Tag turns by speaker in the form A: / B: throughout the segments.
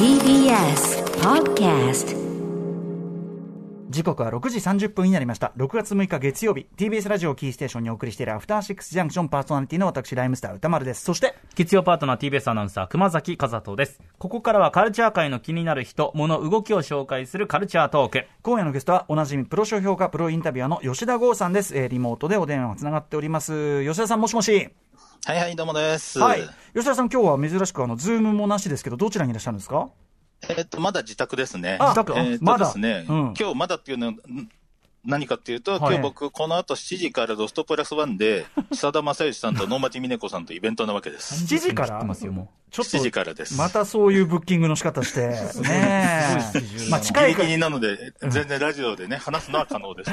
A: TBS Podcast
B: 時刻は6時30分になりました。6月6日月曜日、TBS ラジオをキーステーションにお送りしているアフターシックスジャンクションパーソナリティの私、ライムスター歌丸です。そして、
C: 月曜パートナー TBS アナウンサー熊崎和人ですここからはカルチャー界の気になる人物動きを紹介するカルチャートーク
B: 今夜のゲストはおなじみプロ書評家、プロインタビュアーの吉田剛さんです。えーリモートでお電話がつながっております。吉田さん、もしもし。
D: はいはい、どうもです。
B: はい。吉田さん、今日は珍しく、あの、ズームもなしですけど、どちらにいらっしゃるんですか
D: えっと、まだ自宅ですね。
B: あ
D: えーっと
B: まだ
D: ですね、
B: うん
D: 今日まだっていうのは、ん何かっていうと、
B: はい
D: 今日僕、この後7時からロストプラスワンで、 久田正義さんと能町美奈子さんとイベントなわけです。
B: 7時か
C: 切
B: ら
C: ってますよも
B: ちょっと
D: 7時からです。
B: またそういうブッキングの仕方して、ね
C: すごいスケジュー
B: え。
C: ル
B: まあ、近い
D: ギ
B: か
D: リギリなので、全然ラジオでね、話すのは可 能です。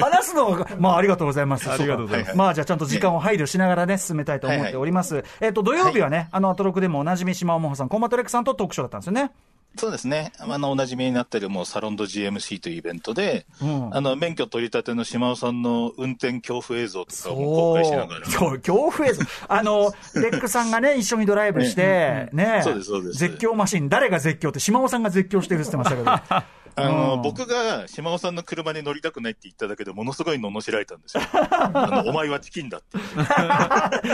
B: 話すのは、まあ、ありがとうございます。
C: ありがとうございます
B: そうかまあ、じゃあ、ちゃんと時間を配慮しながらね、進めたいと思っております。えっと、土曜日はね、あの、アトロクでもおなじみ島尾真帆さん、コンバトレックさんとトークショーだったんですよね。
D: そうですね。あの、おなじみになってるもうサロンド GMC というイベントで、
B: うん
D: あの、免許取り立ての島尾さんの運転恐怖映像とかを公開しながら。
B: そう恐怖映像。あの、レックさんがね、一緒にドライブして、ねえ
D: そうですそうです
B: 絶叫マシン、誰が絶叫って、島尾さんが絶叫してるって言ってましたけど。
D: あの、
B: うん
D: 僕が島尾さんの車に乗りたくないって言っただけでものすごい罵られた んですよ。あの、お前はチキンだって。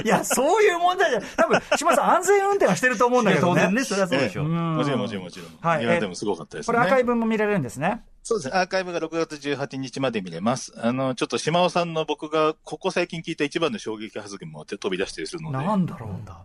B: いや、そういう問題じゃ、多分、島尾さん安全運転はしてると思うんだけどね。
C: それはそうでしょ、
D: ええ
B: ん
D: もちろんもちろんもちろん。
B: はい
D: い、
B: え
D: や、でもすごかったです
B: こ
D: ね。
B: れアーカイブも見られるんですね。
D: そうですね。アーカイブが6月18日まで見れます。あの、ちょっと島尾さんの僕がここ最近聞いた一番の衝撃発言も飛び出してするの
B: な
D: で、
B: んだろう。なんだろう。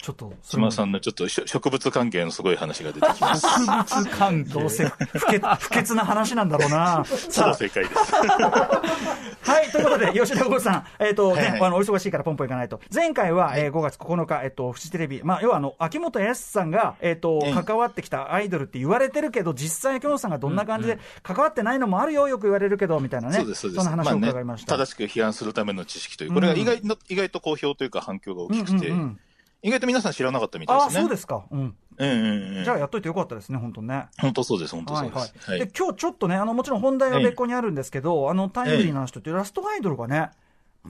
B: ちょっと、それ
D: 島
B: も
D: 尾さんのちょっとしょ植物関係のすごい話が出て きます。
C: 物関係
B: どうせ不潔不潔な話なんだろう な。
D: そ
B: さ
D: う
B: あ、
D: 正解です。
B: はい、ということで、吉田剛さん、えっ、と、ね
D: はいはい
B: あの、お忙しいからポンポンいかないと。前回は、えー5月9日、えっ、と、フジテレビ、まあ、要はあの、秋元康さんが、えっ、と
D: ええ、
B: 関わってきたアイドルって言われてるけど、実際秋元さんがどんな感じで、関わってないのもあるよ、よく言われるけど、みたいなね。
D: そうです、そうです。
B: んな話を伺い
D: まあ
B: ま
D: ね
B: し、た。
D: 正しく批判するための知識という、これが意外,、の意外と好評というか反響が大きくて、
B: うんうんうん
D: 意外と皆さん知らなかったみたい
B: あ
D: で
B: あ、
D: すね。
B: そうですか。うん。
D: うんうんうん。
B: じゃあ、やっといてよかったですね、本当ね。
D: 本当そうです、本当
B: は
D: そ
B: いう
D: で
B: はい
D: す。。
B: で、今日ちょっとね、あの、もちろん本題は
D: ええ
B: 別個にあるんですけど、あの、タイムリーな話とって、ラストアイドルがね、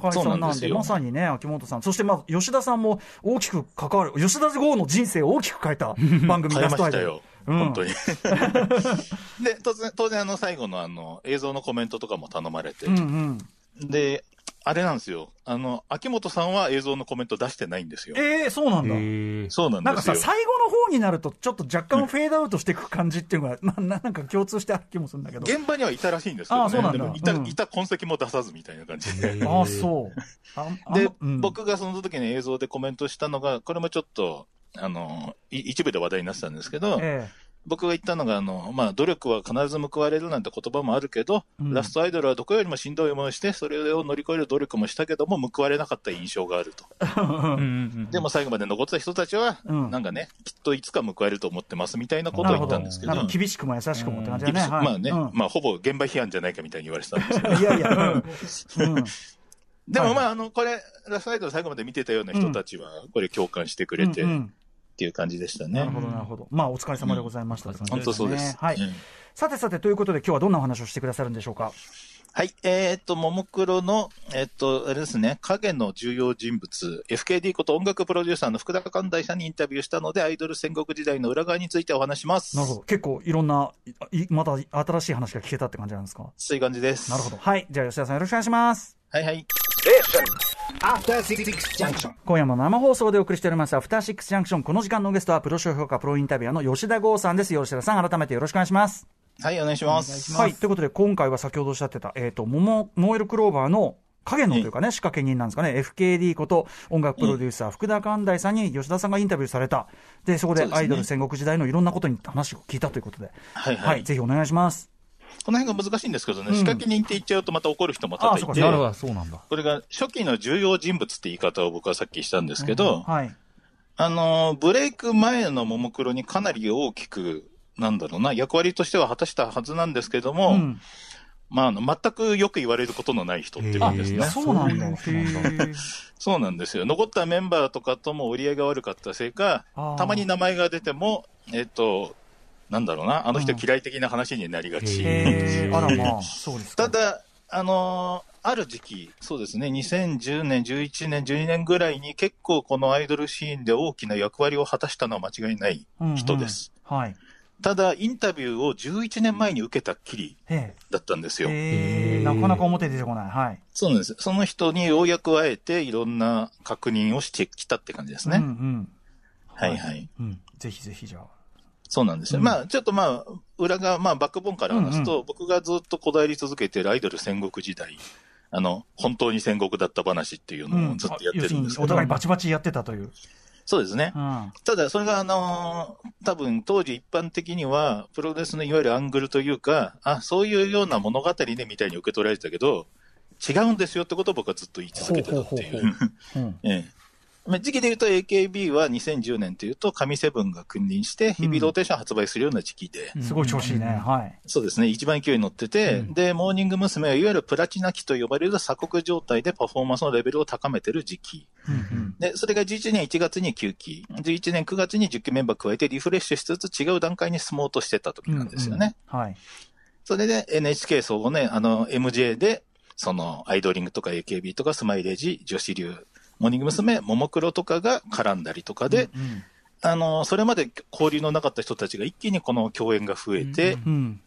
B: 解
D: そうな
B: 散
D: んで
B: なん
D: す
B: で、
D: よ
B: まさにね、秋元さん、そしてまあ、吉田さんも大きく関わる、吉田剛の人生を大きく変え た番組
D: 変え
B: ラス
D: ま
B: トア
D: し
B: イド
D: た
B: ル。
D: よ。
B: うん
D: 本 当に。で、当然、当然、あの、最後の、あの、映像のコメントとかも頼まれて、
B: うんうん。
D: で、あれなんですよ。あの、秋元さんは映像のコメント出してないんですよ。
B: ええそうなんだ。
C: ええ
D: そうなん
B: なん
D: で
B: か
D: すよ
B: さ、。最後の方になると、ちょっと若干フェードアウトしていく感じっていう のが、まあ、ななんか共通してある気もするんだけど。
D: 現場にはいたらしいんですけど、
B: あ
D: ね、
B: そうなんだ
D: でもいた、
B: うん
D: いた痕跡も出さずみたいな感じで。
B: ああ、そう。ああ
D: で
B: の、うん
D: 僕がその時に映像でコメントしたのが、これもちょっと、あの、い一部で話題になってたんですけど、
B: え
D: 僕が言ったのが、あの、まあ、努力は必ず報われるなんて言葉もあるけど、
B: うん
D: ラストアイドルはどこよりもしんどい思いをして、それを乗り越える努力もしたけども、報われなかった印象があると。
C: うんうん
D: でも最後まで残った人たちは、
B: うん
D: なんかね、きっといつか報われると思ってますみたいなことを言ったんです
B: え
D: けど、
B: なんか厳しくも優しくもって感じだ
D: 厳
B: ね。
D: しく
B: はい
D: まあね、
B: うん
D: まあ、ほぼ現場批判じゃないかみたいに言われてたん ですけど、
B: いやいや、うん。 うん
D: で
B: は
D: も
B: いはい
D: まあ、あの、これ、ラストアイドル最後まで見てたような人たちは、これ共感してくれて、
B: うんう
D: っ
B: ん
D: ていう感じでした
B: な
D: ね
B: る。ほど、なるほど。まあ、お疲れ様でございました、
C: うん
B: って感
D: 本
B: じ
D: 当そうです。
B: はい。
D: うん
B: さてさて、ということで、今日はどんなお話をしてくださるんでしょうか。
D: はい。えーっと、ももクロの、えっと、あれですね、影の重要人物、FKD こと音楽プロデューサーの福田寛大さんにインタビューしたので、アイドル戦国時代の裏側についてお話します。
B: なるほど。結構いろんな、いいまた新しい話が聞けたって感じなんですか。
D: そういう感じです。
B: なるほど。。はい。じゃあ、吉田さんよろしくお願いします。
D: はいはい。
E: After Six Junction.
B: 今夜も生放送でお送りしております、アフターシックスジャンクション。この時間のゲストは、プロ商評価、プロインタビュアーの吉田剛さんです。吉田さん、改めてよろしくお願いします。
D: はい、お願いします。
B: はい。ということで、今回は先ほどおっしゃってた、えっ、と、桃、燃えるクローバーの影のというかね、仕掛け人なんですかね、FKD こと音楽プロデューサー、福田寛大さんに吉田さんがインタビューされた。で、そこで
D: そうです
B: ア
D: ね
B: イドル戦国時代のいろんなことに話を聞いたということで、
D: はいはい
B: はい、ぜひお願いします。
D: この辺が難しいんですけどね、
B: ん
D: 仕掛け人って言っちゃうとまた怒る人も多
B: あ
D: 々
B: そう
D: い
B: か
D: て、
C: なるほどそうなんだ
D: これが初期の重要人物って言い方を僕はさっきしたんですけど、
B: はい。
D: あのー、ブレイク前のももクロにかなり大きく、なんだろうな、役割としては果たしたはずなんですけども、
B: うん。
D: まああの、全くよく言われることのない人っていう感じですね。
C: へえ
B: そうなんだ。
C: そうなんだ
D: そうなんですよ。残ったメンバーとかとも折り合いが悪かったせいか
B: あー、
D: たまに名前が出ても、えっ、と、なんだろうな、あの人嫌い的な話になりがち。
C: うんへ
B: えー、あらまあ、そうです
D: た
B: か。
D: だ、あのーある時期、そうですね、2010年、11年、12年ぐらいに結構このアイドルシーンで大きな役割を果たしたのは間違いない人です。
B: うんうんはい。
D: ただ、インタビューを11年前に受けたっきり
B: え
D: だったんです
B: え
D: よ。
B: え
C: え
B: ーな
C: ー
B: かなか表に出てこない。はい。
D: そうなんです。その人にようやく会えて、いろんな確認をしてきたって感じですね。
B: うんうん。
D: はいはい。
B: うん。ぜひぜひじゃあ。
D: そうなんですよ。
B: うん
D: まあ、ちょっとまあ、裏側、まあ、バックボーンから話すと、僕がずっとこだわり続けてるアイドル戦国時代、あの、本当に戦国だった話っていうのをずっとやってるんですけど、
B: あ要するにお互いバチバチやってたという。
D: そうですね
B: う。ん。
D: ただ、それが、あのー多分当時一般的には、プロレスのいわゆるアングルというか、あ、そういうような物語ね、みたいに受け取られてたけど、違うんですよってことを僕はずっと言い続けてたっていう。
B: うん。
D: ええ。まあ時期で言うと AKB は2010年というと、神セブンが君臨して、日々ローテーション発売するような時期で、
B: すごい調子いいね。はい。
D: そうですね、一番勢いに乗ってて、
C: うん
D: で、モーニング娘。はいわゆるプラチナ期と呼ばれる鎖国状態でパフォーマンスのレベルを高めてる時期。
B: うん
D: で、それが11年1月に9期、11年9月に10期メンバー加えてリフレッシュしつつ違う段階に進もうとしてた時なんですよね。
B: うん。はい。
D: それで NHK 総合ね、あの、MJ で、その、アイドリングとか AKB とかスマイレージ、女子流、モーニング娘。ももクロとかが絡んだりとかで、
B: うん
D: あの、それまで交流のなかった人たちが一気にこの共演が増えて、
C: うん
B: うん。うん。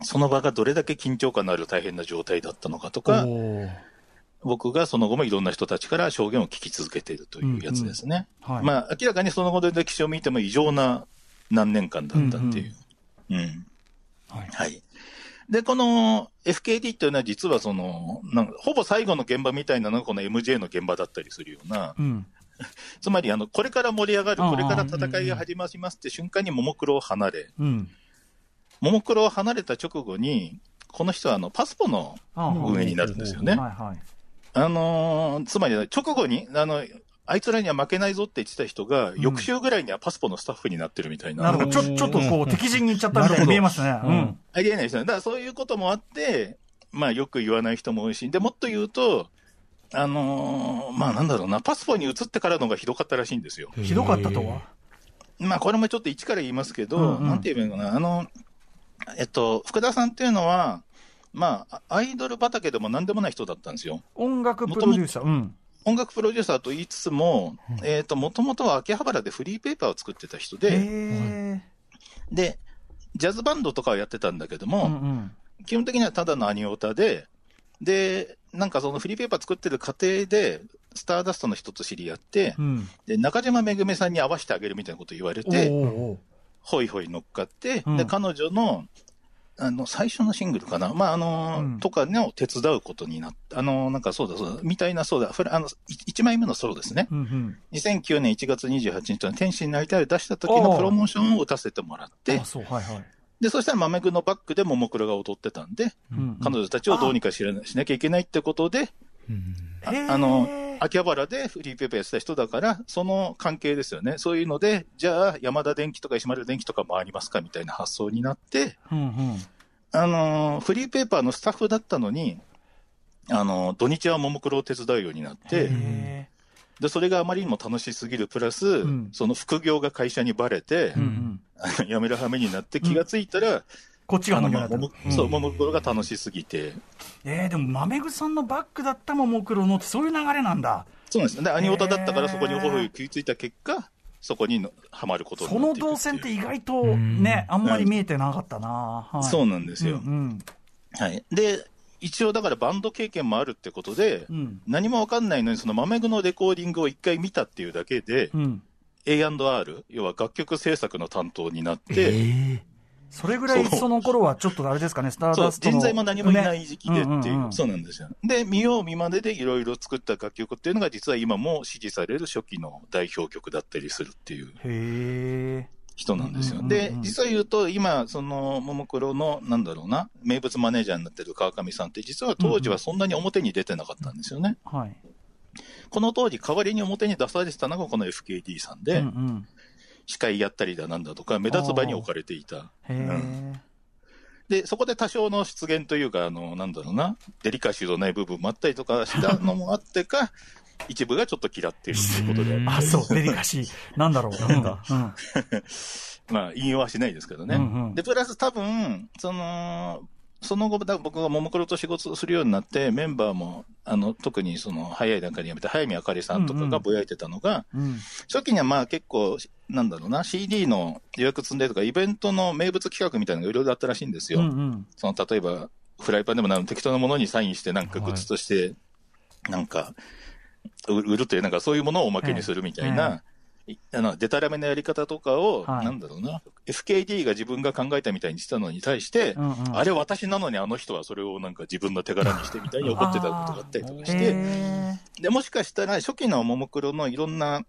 D: その場がどれだけ緊張感のある大変な状態だったのかとか、
B: おー
D: 僕がその後もいろんな人たちから証言を聞き続けているというやつですね。
B: はい。
D: まあ、明らかにその後の歴史を見ても異常な何年間だったっていう。うん、
B: はい
D: はい。で、この FKD っていうのは実はその、なんかほぼ最後の現場みたいなのがこの MJ の現場だったりするような、
B: うん。
D: つまりあの、これから盛り上がる、
B: ああ
D: これから戦いが始まりますって瞬間にももクロを離れ、
B: うん。
D: ももクロを離れた直後に、この人はあの、パスポの
B: あー
D: 運営になるんですよ
B: は
D: ね
B: い。はい。
D: あのーつまり直後に、あの、あいつらには負けないぞって言ってた人が、翌週ぐらいにはパスポのスタッフになってるみたいな。
B: なるほど。ちょ、ちょっとこう、敵陣に行っちゃったみたいに見えますね。う
C: うん
B: ん。
D: ありえないですよね。だからそういうこともあって、まあよく言わない人も多いし、で、もっと言うと、あのーまあなんだろうな、パスポに移ってからのがひどかったらしいんですよ。
B: ひどかったとは。
D: まあこれもちょっと一から言いますけど、
B: うんうん
D: なんて言えばいいのかな、あの、えっと、福田さんっていうのは、まあ、アイドル畑でも何でもない人だったんですよ。
B: 音楽プロデューサー。うん。
D: 音楽プロデューサーと言いつつも、えっ、と、もともとは秋葉原でフリーペーパーを作ってた人で、
B: へ
D: で、ジャズバンドとかはやってたんだけど
B: ー。
D: も、
B: うんうん。
D: 基本的にはただのアニオタで、で、なんかそのフリーペーパー作ってる過程で、スターダストの人と知り合って
B: う、ん。
D: で、中島めぐみさんに会わせてあげるみたいなこと言われ
B: お
D: て、
B: ーおー
D: ほいほい乗っかって、
B: うん
D: で、彼女の、あの、最初のシングルかなまあ、あのー、
B: うん
D: とかね、を手伝うことになった。あのー、なんかそうだそうだ、みたいなそうだ、フラあの、1枚目のソロですね。
B: うんうん。
D: 2009年1月28日の天使になりたいを出した時のプロモーションを打たせてもらって
B: あ、、そう、はいはい。
D: で、そしたらまめぐのバックでももクロが踊ってたんで、
B: うん
D: 彼女たちをどうにかしらしなきゃいけないってことで、あ
B: へー
D: あの、秋葉原でフリーペーパーやってた人だから、その関係ですよね。そういうので、じゃあ、山田電機とか石丸電機とか回りますかみたいな発想になって、
B: うんうん。
D: あのーフリーペーパーのスタッフだったのに、あのー土日はももクロを手伝うようになって、
B: へ
D: で、それがあまりにも楽しすぎるプラス、
B: ん
D: その副業が会社にバレて
B: ーう、ん うん。
D: 辞めるはめになって気がついたら、
B: こっちが
D: あ
B: 飲
D: の、
B: み
D: ま
B: な
D: あ
B: か
D: も
B: った
D: も。そう、ももクロが楽しすぎて、
B: えー、でも、まめぐさんのバックだったももクロのって、そういう流れなんだ。
D: そうなんですよ。で、アニオタだったか
B: へー
D: らそこにほほ食いついた結果、そこにのはまることにな
B: そ
D: って
B: の
D: いくっていう
B: 動線って意外とね、あんまり見えてなかったな。はい、
D: そう
B: う
D: なんですよ。
B: ん
D: はい。で、一応だからバンド経験もあるってことで、
B: うん。うん。
D: 何もわかんないのに、そのマメグのレコーディングを一回見たっていうだけで、
B: うん。
D: A&R、要は楽曲制作の担当になって、
B: それぐらい、
D: そう
B: その頃はちょっとあれですかね、スター
D: そう
B: ダストの。
D: 人材も何もいな
B: ね
D: い時期でって
B: う
D: い
B: んうんう
D: う、
B: ん
D: そうなんですよ。で、見よう見まねでいろいろ作った楽曲っていうのが、実は今も支持される初期の代表曲だったりするっていう。
B: へえ。
D: 人なんですよ。
B: うん
D: で
B: うん、
D: 実は言うと、今、その、ももクロの、なんだろうな、名物マネージャーになってる川上さんって、実は当時はそんなに表に出てなかったんですよね。
B: はい。
D: この当時、代わりに表に出されてたのがこの FKD さんで、
B: うんうん。
D: 司会やったりだなんだとか、目立つ場に置かれていた。
B: へえ。
D: で、そこで多少の出現というか、あの、なんだろうな、デリカシーのない部分もあったりとかしたのもあってか、一部がちょっと嫌っているということで、
B: あ、そう、デリカシー。なんだ ろう。なんだ。うん。
D: まあ、引用はしないですけどね。
B: うんうん
D: で、プラス多分、その、その後、だ僕がももクロと仕事をするようになって、メンバーも、あの、特にその、早い段階で辞めた、早見あかりさんとか
B: うんう
D: が
B: ん
D: ぼやいてたのが、
B: うん。
D: 初期にはまあ結構、なんだろうな、CD の予約積んでとか、イベントの名物企画みたいなのがいろいろあったらしいんです
B: う
D: よ。
B: んうん。
D: その、例えば、フライパンでもなんか適当なものにサインして、なんかグッズとして、なんか、う売るっていう、なんかそういうものをおまけにするみたいな、いあの、デタラメなやり方とかを、
B: はい
D: なんだろうな、FKD が自分が考えたみたいにしたのに対して、
B: うんうん
D: あれ私なのにあの人はそれをなんか自分の手柄にしてみたいに怒ってたことがあったりとかし
B: へ
D: て、
B: ー
D: で、もしかしたら初期のももクロのいろんな、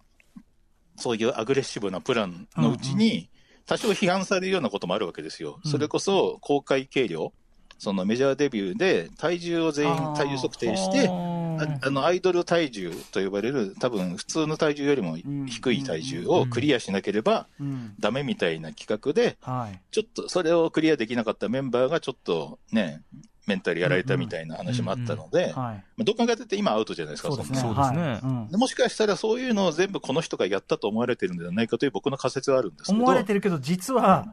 D: そういうアグレッシブなプランのうちに、多少批判されるようなこともあるわけですよ。
B: うん
D: それこそ、公開計量、そのメジャーデビューで、体重を全員
B: あー
D: 体重測定して、ああの、アイドル体重と呼ばれる、多分普通の体重よりも低い体重をクリアしなければ
B: うん。
D: ダメみたいな企画で、
B: はい。
D: ちょっとそれをクリアできなかったメンバーがちょっとね、メンタルやられたみたいな話もあったので、ま
B: はい。
D: あどう考えたって今アウトじゃないですか、
B: そうですね。
D: そんな
C: そ
D: の
C: うですね
B: はいうん
D: でもしかしたらそういうのを全部この人がやったと思われてるんではないかという僕の仮説はあるんですけ
B: 思われて
D: ど、
B: るけど、実は、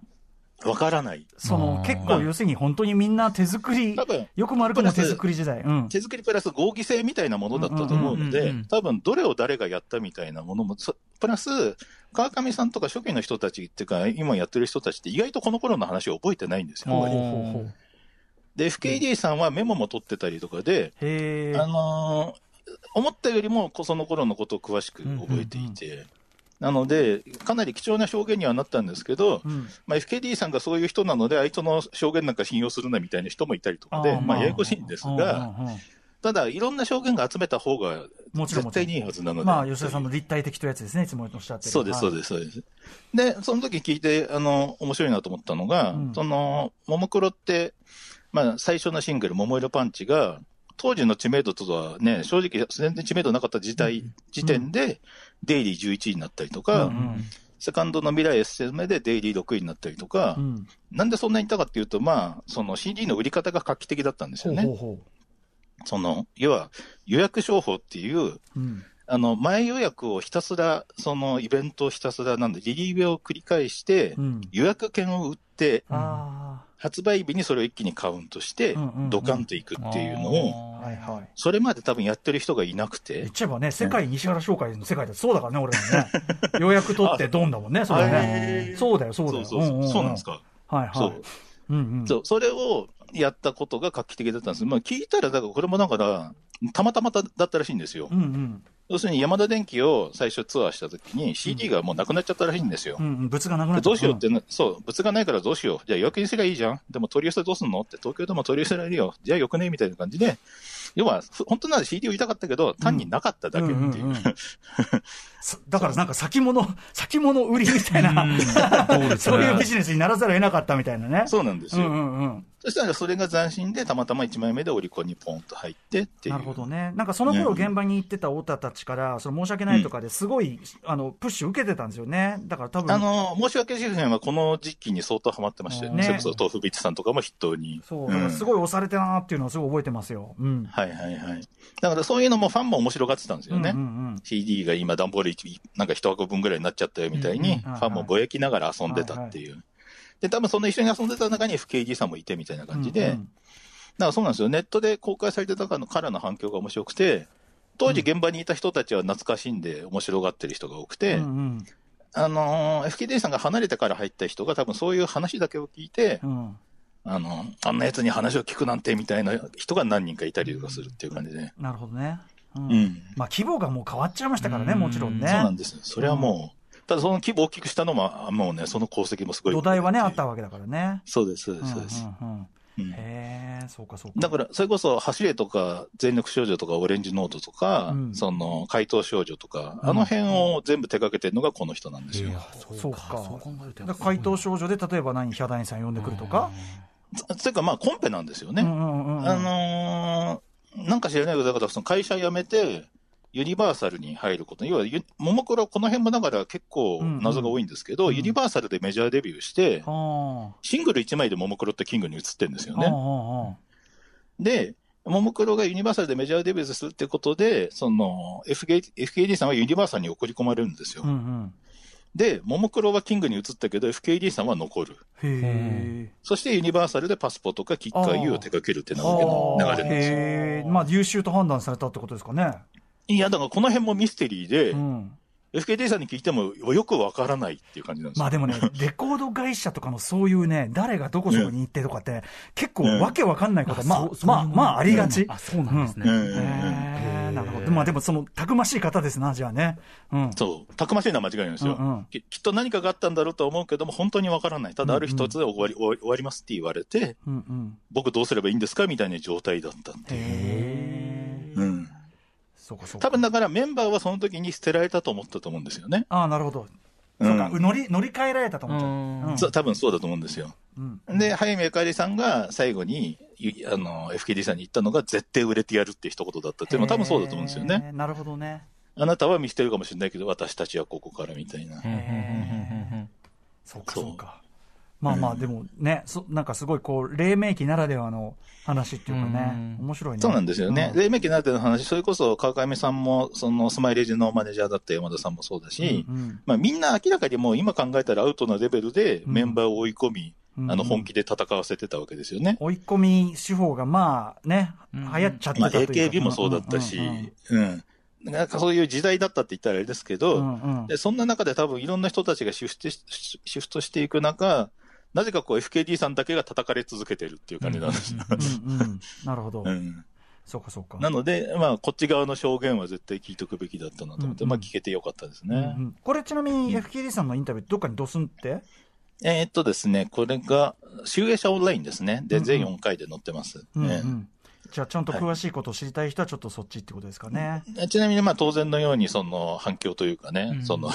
D: わからない。
B: その
C: あー
B: 結構、要するに本当にみんな手作り
D: 多、分、
B: よくも悪くも手作り時代。うん。
D: 手作りプラス合議制みたいなものだったと思うの
C: うんうん
D: で
C: うんうん、
D: 多分どれを誰がやったみたいなものも、そプラス、川上さんとか初期の人たちっていうか、今やってる人たちって意外とこの頃の話を覚えてないんですよ。
B: ほう
D: やっぱり
B: ほうほう
D: で、FKD さんはメモも取ってたりとかで、
B: へえ。
D: あのー思ったよりもこその頃のことを詳しく覚えていて、なので、かなり貴重な証言にはなったんですけど、
B: うん。
D: まあ、FKD さんがそういう人なので、あいつの証言なんか信用するなみたいな人もいたりとかで、
B: ー
D: まあ、ややこしいんですが、、
B: うんうんうん
D: ただ、いろんな証言が集めた方が
B: もちろん
D: 絶対にいいはずなので。
B: まあ、吉田さんの立体的というやつですね、いつもおっしゃってる。
D: そうです、そうです、そうです。で、その時聞いて、あの、面白いなと思ったのが、
B: うん
D: その、ももクロって、まあ、最初のシングル、桃色パンチが、当時の知名度とはね、正直、全然知名度なかった時代、時点で、デイリー11位になったりとか、
B: うんうん
D: セカンドの未来 S 戦目でデイリー6位になったりとか、
B: うん。
D: なんでそんなにいたかっていうと、まあ、その CD の売り方が画期的だったんです
B: ほ
D: よ
B: う
D: ね。
B: ほうほ
D: その、要は予約商法っていう、
B: う。うん。
D: あの、前予約をひたすら、そのイベントをひたすらなんで、リリーベを繰り返して
B: う、ん。
D: 予約券を売って、
B: あ
D: 発売日にそれを一気にカウントして
B: うんうんうん、
D: ドカンといくっていうの
B: あ。
D: を、
C: を
B: はいはい。
D: それまで多分やってる人がいなく、
B: 言ってちゃえばね、世界西原商会の世界だそうだからね、俺 らもね。ようやく取ってドンだもんね、それ
D: へ
B: ね。
D: ー
B: そうだよ、そうだ
D: そ
B: よ。
D: うそうそう、そうなんです
B: か。
D: か。
B: はいは
D: そ
B: い。
D: う。
B: うんうん。
D: そう、それをやったことが画期的だったんです。まあ聞いたら、だからこれもだから、たまたまだったらしいんですよ
B: う。んうん。
D: 要するに山田電機を最初ツアーした時に CD がもうなくなっちゃったらしいんですよ。
B: うんうん。物がなくなっちゃ
D: でどうしようってな、そう、物がないからどうしよう。じゃあ予約にすりゃいいじゃん。でも取り寄せどうすんのって、東京でも取り寄せられるよ。じゃあよくねみたいな感じで、要は、ふ本当なら CD を言いたかったけど、単になかっただけっていう。
B: んん んそだからなんか先物、先物売りみたいな、
C: そうです
B: そう
C: ね
B: いうビジネスにならざるを得なかったみたいなね。
D: そうなんです
B: う
D: よ。
B: んうんうん。
D: そしたらそれが斬新で、たまたま1枚目でオリコンにポンと入ってっていう。
B: なるほどね。なんかその頃現場に行ってた太田たちから、その申し訳ないとかですごい、あの、プッシュ受けてたんですよね。だから多分。
D: あの、申し訳シェフはこの時期に相当ハマってましたよね。
B: ね
D: それこそ豆腐ビッチさんとかも筆頭に。
B: そう、だからす
D: い。
B: ごい押されてたなっていうのはすごい覚えてますよ。うん。
D: はいはいはい。だからそういうのもファンも面白がってたんですよね。
B: うんうんうん
D: CD が今、段ボール1、なんか一箱分ぐらいになっちゃったよみたい
B: うん
D: に、フ
B: はい
D: ァンもぼやきながら遊んでたっていう。で、多分その一緒に遊んでた中に FKD さんもいてみたいな感じで、
B: う
D: だ
B: んう
D: か
B: ん
D: らそうなんですよ、ネットで公開されてたからのからの反響が面白くて、当時現場にいた人たちは懐かしんで面白がってる人が多くて、
B: うん
D: あのー FKD さんが離れてから入った人が多分そういう話だけを聞いて、
B: うんうん
D: あの、あんな奴に話を聞くなんてみたいな人が何人かいたりとかするっていう感じで。
B: なるほどね。うん
D: うん
B: まあ、規模がもう変わっちゃいましたからね、もちろんね。
D: そうなんです。それはもう、ただその規模を大きくしたのも、あもうね、その功績もすごい。
B: 土台はね、あった
D: わ。
B: わけだからね。
D: そうです、そうです、そうです。
B: うんうんうん
D: うん
B: へえ、そうかそうか。
D: だから、それこそ、走れとか、全力少女とか、オレンジノートとか、
B: うん
D: その、怪盗少女とか、
B: うん
D: あの辺を全部手掛けてるのがこの人なんですよ。
B: そうか
C: そう考えるとや
B: だ
C: っぱ
B: から怪盗少女で、例えば何、ヒャダインさん呼んでくるとか。
D: つつうか、まあ、コンペなんですよ
B: う
D: ね。
B: んうんうんうん。
D: あのーなんか知らないけど、だからその会社辞めて、ユニバーサルに入ること、要はユ、ももクロ、この辺もだから結構謎が多いんですけど、
B: うんうん
D: ユニバーサルでメジャーデビューして、
B: は
D: シングル1枚でももクロってキングに移ってるんですよ
B: あ、はあ
D: ね。
B: はあ
D: で、ももクロがユニバーサルでメジャーデビューするってことで、その、FK FKD さんはユニバーサルに送り込まれるんですよ。
B: うんうん。
D: で、ももクロはキングに移ったけど、FKD さんは残る。
B: へ
D: そしてユニバーサルでパスポとかキッカー U を手掛けるってなわけの流れなんですよ。
B: へえ、まあ、優秀と判断されたってことですかね。
D: いや、だからこの辺もミステリーで、
B: うん、
D: FKD さんに聞いてもよくわからないっていう感じなんですよ。
B: まあで もね、レコード会社とかのそういうね、誰がどこそこに行ってとかって、結構わけわかんないこと、まあ、まあ、まあ、ありがち。
C: あ、そうなんですね。
D: うんうんうん
B: へーなるほど。まあでも、その、たくましい方ですな、じゃあね。うん。
D: そう、たくましいのは間違いないんですよ、
B: うんうん
D: き。きっと何かがあったんだろうとは思うけども、本当にわからない。ただ、ある日突然終わり、終わり終わりますって言われて、
B: うんうん。
D: 僕どうすればいいんですかみたいな状態だったんで。
B: へえ。
D: うん。
B: そうかそうか。
D: 多分だからメンバーはその時に捨てられたと思ったと思うんですよね。
B: ああ、なるほど。
D: うん
B: そうか、乗り、乗り換えられたと思っちゃう
C: うん
B: うん。
D: そう多分そうだと思うんですよ。
B: うん。
D: で、早見あかりさんが最後に、ゆあの、FKD さんに言ったのが、絶対売れてやるって一言だったっていうのは多分そうだと思うんですよね。
B: へー。なるほどね。
D: あなたは見捨てるかもしれないけど、私たちはここからみたいな。
C: うんうん
B: そうか、
D: そう
B: そうか。まあまあ、でもね、そなんかすごい、こう、黎明期ならではの話っていうかね、
C: うん
B: 面白いね。
D: そうなんですよね。
B: うん
D: 黎明期なっての話、それこそ川上さんも、そのスマイレージのマネージャーだった山田さんもそうだし、
B: うん
D: まあみんな明らかにもう今考えたらアウトなレベルでメンバーを追い込み、
B: うん
D: あの本気で戦わせてたわけですよね。
B: 追い込み手法がまあね、
C: う
B: 流
C: ん
B: 行っちゃって
D: ま
B: た
D: あ
B: というか、
D: AKB もそうだったし、うん。なんかそういう時代だったって言ったらあれですけ
B: う
D: ど、
B: んうんうん
D: でそんな中で多分いろんな人たちがシフトしシフトしていく中、なぜかこう FKD さんだけが叩かれ続けてるっていう感じなんです。
B: うんうんなるほど、
D: うん
B: そうかそうか。
D: なので、まあ、こっち側の証言は絶対聞いとくべきだったなと思って、
B: うんうん
D: まあ、聞けてよかったです
B: うん
D: ね。
B: うんこれちなみに FKD さんのインタビュー、どっかにドスンって、
D: えーっとですね、これが、集英社オンラインですね。で、
B: うんうん
D: 全4回で載ってます。
B: うんうん
D: えー
B: じゃあちゃんと詳しいことを知りたい人はちょっとそっちってことですかね。
D: ちなみに、まあ、当然のように、その、反響というかね、
C: うん
D: その、
B: ん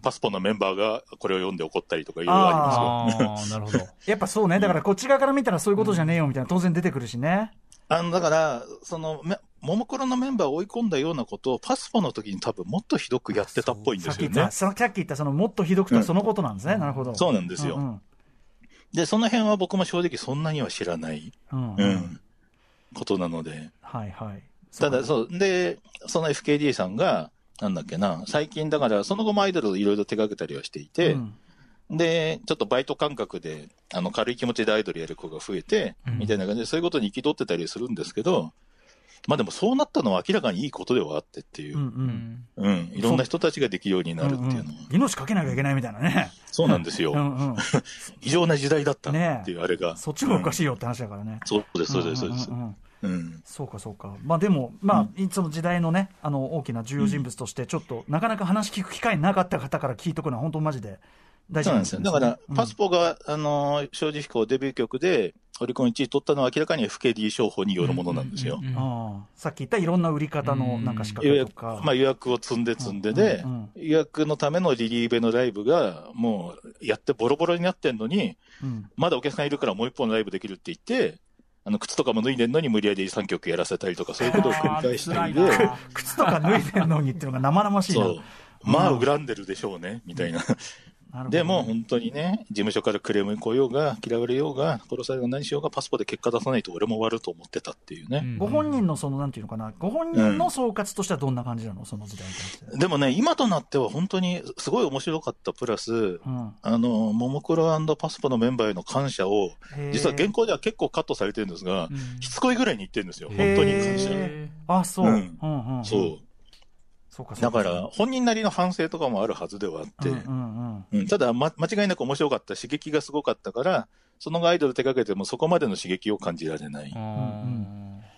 D: パスポのメンバーがこれを読んで怒ったりとかいろいろあります
C: あ
D: よ。
C: あ、なるほど。
B: やっぱそうね、だからこっち側から見たらそういうことじゃねえよみたいな、当然出てくるしね。
D: あの、だから、その、めももクロのメンバーを追い込んだようなことを、パスポの時に多分もっとひどくやってたっぽいんで
B: さっ
D: す
B: き言
D: よ
B: っ
D: ね
B: た、。ささっき言ったそのもっとひどくとはそのことなんですね、なるほど。
D: そううなんですよ。
B: ん
D: で、その辺は僕も正直そんなには知らない、
B: うんうん
D: うん、ことなので。
B: はいはい。
D: ただ、
B: う
D: そう。で、その FKD さんが、なんだっけな、最近だから、その後もアイドルをいろいろ手掛けたりはしてい
B: か
D: て、
B: うん
D: で、ちょっとバイト感覚で、あの、軽い気持ちでアイドルやる子が増えて、
C: うん
D: みたいな感じで、そういうことに憤ってたりするんですけど、まあでもそうなったのは明らかにいいことではあってっていうう、うん、
B: んうん
D: いろんな人たちができるようになるっていうのは、
B: んん命かけなきゃいけないみたいなね。
D: そうなんですよ、
B: うんうん。
D: 異常な時代だったっていうあれが。
B: そっちがおか
D: い、
B: しいよって話だからね。
D: そうです、そうです、そうです
B: ん。んうん
D: うん。
B: そうかそうか。まあでも、まあ、いその時代のね、あの、大きな重要人物として、ちょっと、なかなか話聞く機会なかった方から聞いとくのは、本当マジで大事
D: そうなんですよ。だから、パス
B: ポ
D: ポが、あのー、正直こうデビュー曲で、オリコン1位取ったのは明らかに FKD 商法によるものなんですよ。
B: ああさっき言ったいろんな売り方のなんか仕方
D: 予
B: と
D: 約、
B: か。
D: まあ予約を積んで積んでで、
B: うんうん
D: 予約のためのリリーベのライブが、もうやってボロボロになってんのに、
B: うん
D: まだお客さんいるからもう一本ライブできるって言って、あの、靴とかも脱いでんのに無理やり3曲やらせたりとか、そういうことを繰り返したりで、
C: あ
B: 靴とか脱いでんのにっていうのが生々しい
D: そう
B: な。。
D: まあ、恨んでるでしょうね、みたいな。
B: なるほどね
D: でも、本当にね、事務所からクレーム来ようが、嫌われようが、殺されようが何しようが、パスポで結果出さないと俺も終わると思ってたっていうね。
B: ご本人のその、なんていうのかな、ご本人の総括としてはどんな感じなのその時代に関して。
D: でもね、今となっては本当にすごい面白かったプラス、
B: うん
D: あの、ももクロパスポのメンバーへの感謝を、
B: へー
D: 実は原稿では結構カットされてるんですが、しつこいぐらいに言ってるんですよ。
C: へ
D: 本
C: ー
D: 当に感謝。
B: へーあ、そう。う
D: うんん
B: うんうん
D: そう。
B: そうか、そ
D: だ
B: うか。
D: から、本人なりの反省とかもあるはずではあって、
B: うんうんうん
D: うんただ、ま、間違いなく面白かった、刺激がすごかったから、その後アイドル手掛けてもそこまでの刺激を感じられない。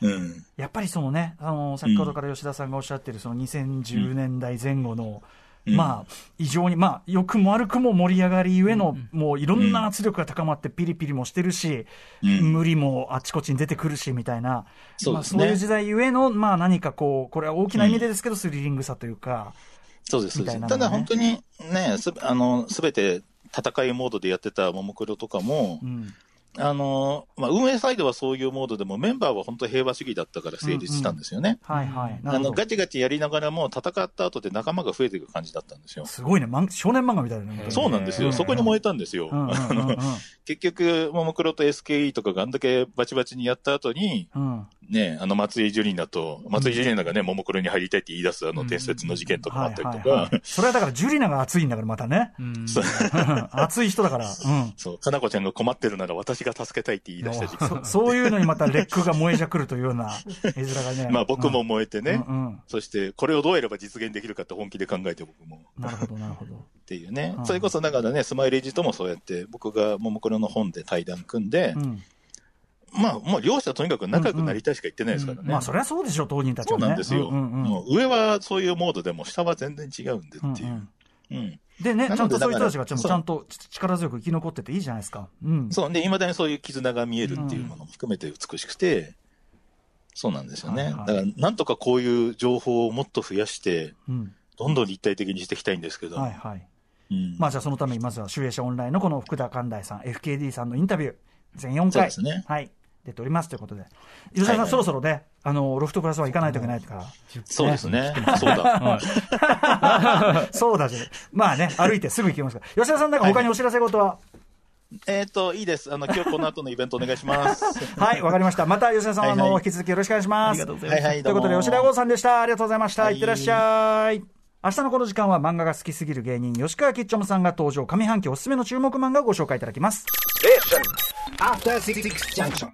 D: うん。
B: やっぱりそのね、あの先ほどから吉田さんがおっしゃってる、その2010年代前後の、
D: うん
B: まあ、異常に、まあ、良くも悪くも盛り上がりゆえの、もういろんな圧力が高まって、ピリピリもしてるし、
D: うん
B: 無理もあちこちに出てくるし、みたいな、
D: そう
B: まあ、
D: です
B: そう
D: ね
B: いう時代ゆえの、まあ、何かこう、これは大きな意味でですけど、スリリングさというか、
D: そうです、そうで
B: みたい
D: す。
B: なのね
D: ただ本当にね、すべあの、すべて戦いモードでやってたももクロとかも、
B: うん、
D: あの、まあ、運営サイドはそういうモードでも、メンバーは本当平和主義だったから成立したんですよね。
B: はいはい、な
D: あ
B: るほど
D: の、ガ。チガチやりながらも、戦った後で仲間が増えていく感じだったんですよ。
B: すごいね、漫少年漫画みたいなね。
D: そうなんです
C: う
D: よ。
C: ん
D: そこに燃えたんですよ。
B: うんうんうん
D: 結局、ももクロと SKE とかがあんだけバチバチにやった後に、
B: うん、うん
D: ね、あの松井ジュリナと、松井ジュリナがね、ももクロに入りたいって言い出すあの伝説の事 件とかもあったりとか、
B: それはだから、ジュリナが熱いんだから、またね。
C: うん
D: そう
B: 熱い人だから。うん。
D: そう、かなこちゃんが困ってるなら私が助けたいって言い出した時期。
B: そ そういうのにまた劣化が燃えじゃくるというよう な絵面がね。
D: まあ僕も燃えて
B: うん、
D: ね
B: う、んうん
D: そしてこれをどうやれば実現できるかって本気で考えて僕も。
B: なるほど、なるほど。
D: っていう ね
B: う。ん
D: それこそだからね、スマイレージともそうやって、僕がももクロの本で対談組んで
B: う、ん。
D: まあもう両者とにかく仲良くなりたいしか言ってないですからね。
B: まあ、そりゃそうでしょ、当人たち
D: そ
B: は
D: う
B: ね。
D: なんですよ。
B: うんうんうん
D: もう上はそういうモードでも、下は全然違うんでっていうう。
B: ん
D: うん。
B: うんでね、ち
D: な
B: ゃ
D: の
B: ん
D: で
B: とそういう人たちが
D: だ
B: ち
D: か
B: ゃん
D: ら
B: とちゃんと力強く生き残ってていいじゃないですか。うん。
D: そう。で、いまだにそういう絆が見えるっていうものも含めて美しくて、そうなんですよ
B: はい
D: ね。
B: は
D: だ
B: い
D: から、なんとかこういう情報をもっと増やして、
B: うん。
D: どんどん立体的にしていきたいんですけど。
B: はいはい。
D: うん
B: まあ、じゃあそのためにまずは、集英社オンラインのこの福田寛大さん、FKD さんのインタビュー、全4
D: そう
B: 回
D: で、すね
B: はい、出ておりますということで、吉田さん、
D: はいはい
B: そろそろね、あの、ロフトプラスは行かないといけないから、
D: そうですね。そうだ。
C: はい
B: そうだし、まあね、歩いてすぐ行きますから、 吉田さんなんか他にお知らせ事は、
D: えっと、いいです。あの、今日この後のイベントお願いします。
B: はい、わ、かりました。また吉田さん、
D: はいはい
B: あの、引き続きよろしくお願いします。
C: ありがとうございます
D: はいは
B: とい
D: い、ど
B: う
D: も
B: ことで、吉田剛さんでした。ありがとうございました。
D: はい
B: い、ってらっしゃい。明日のこの時間は漫画が好きすぎる芸人、吉川きっちょむさんが登場、上半期おすすめの注目漫画をご紹介いただきます。
E: After Six Junction.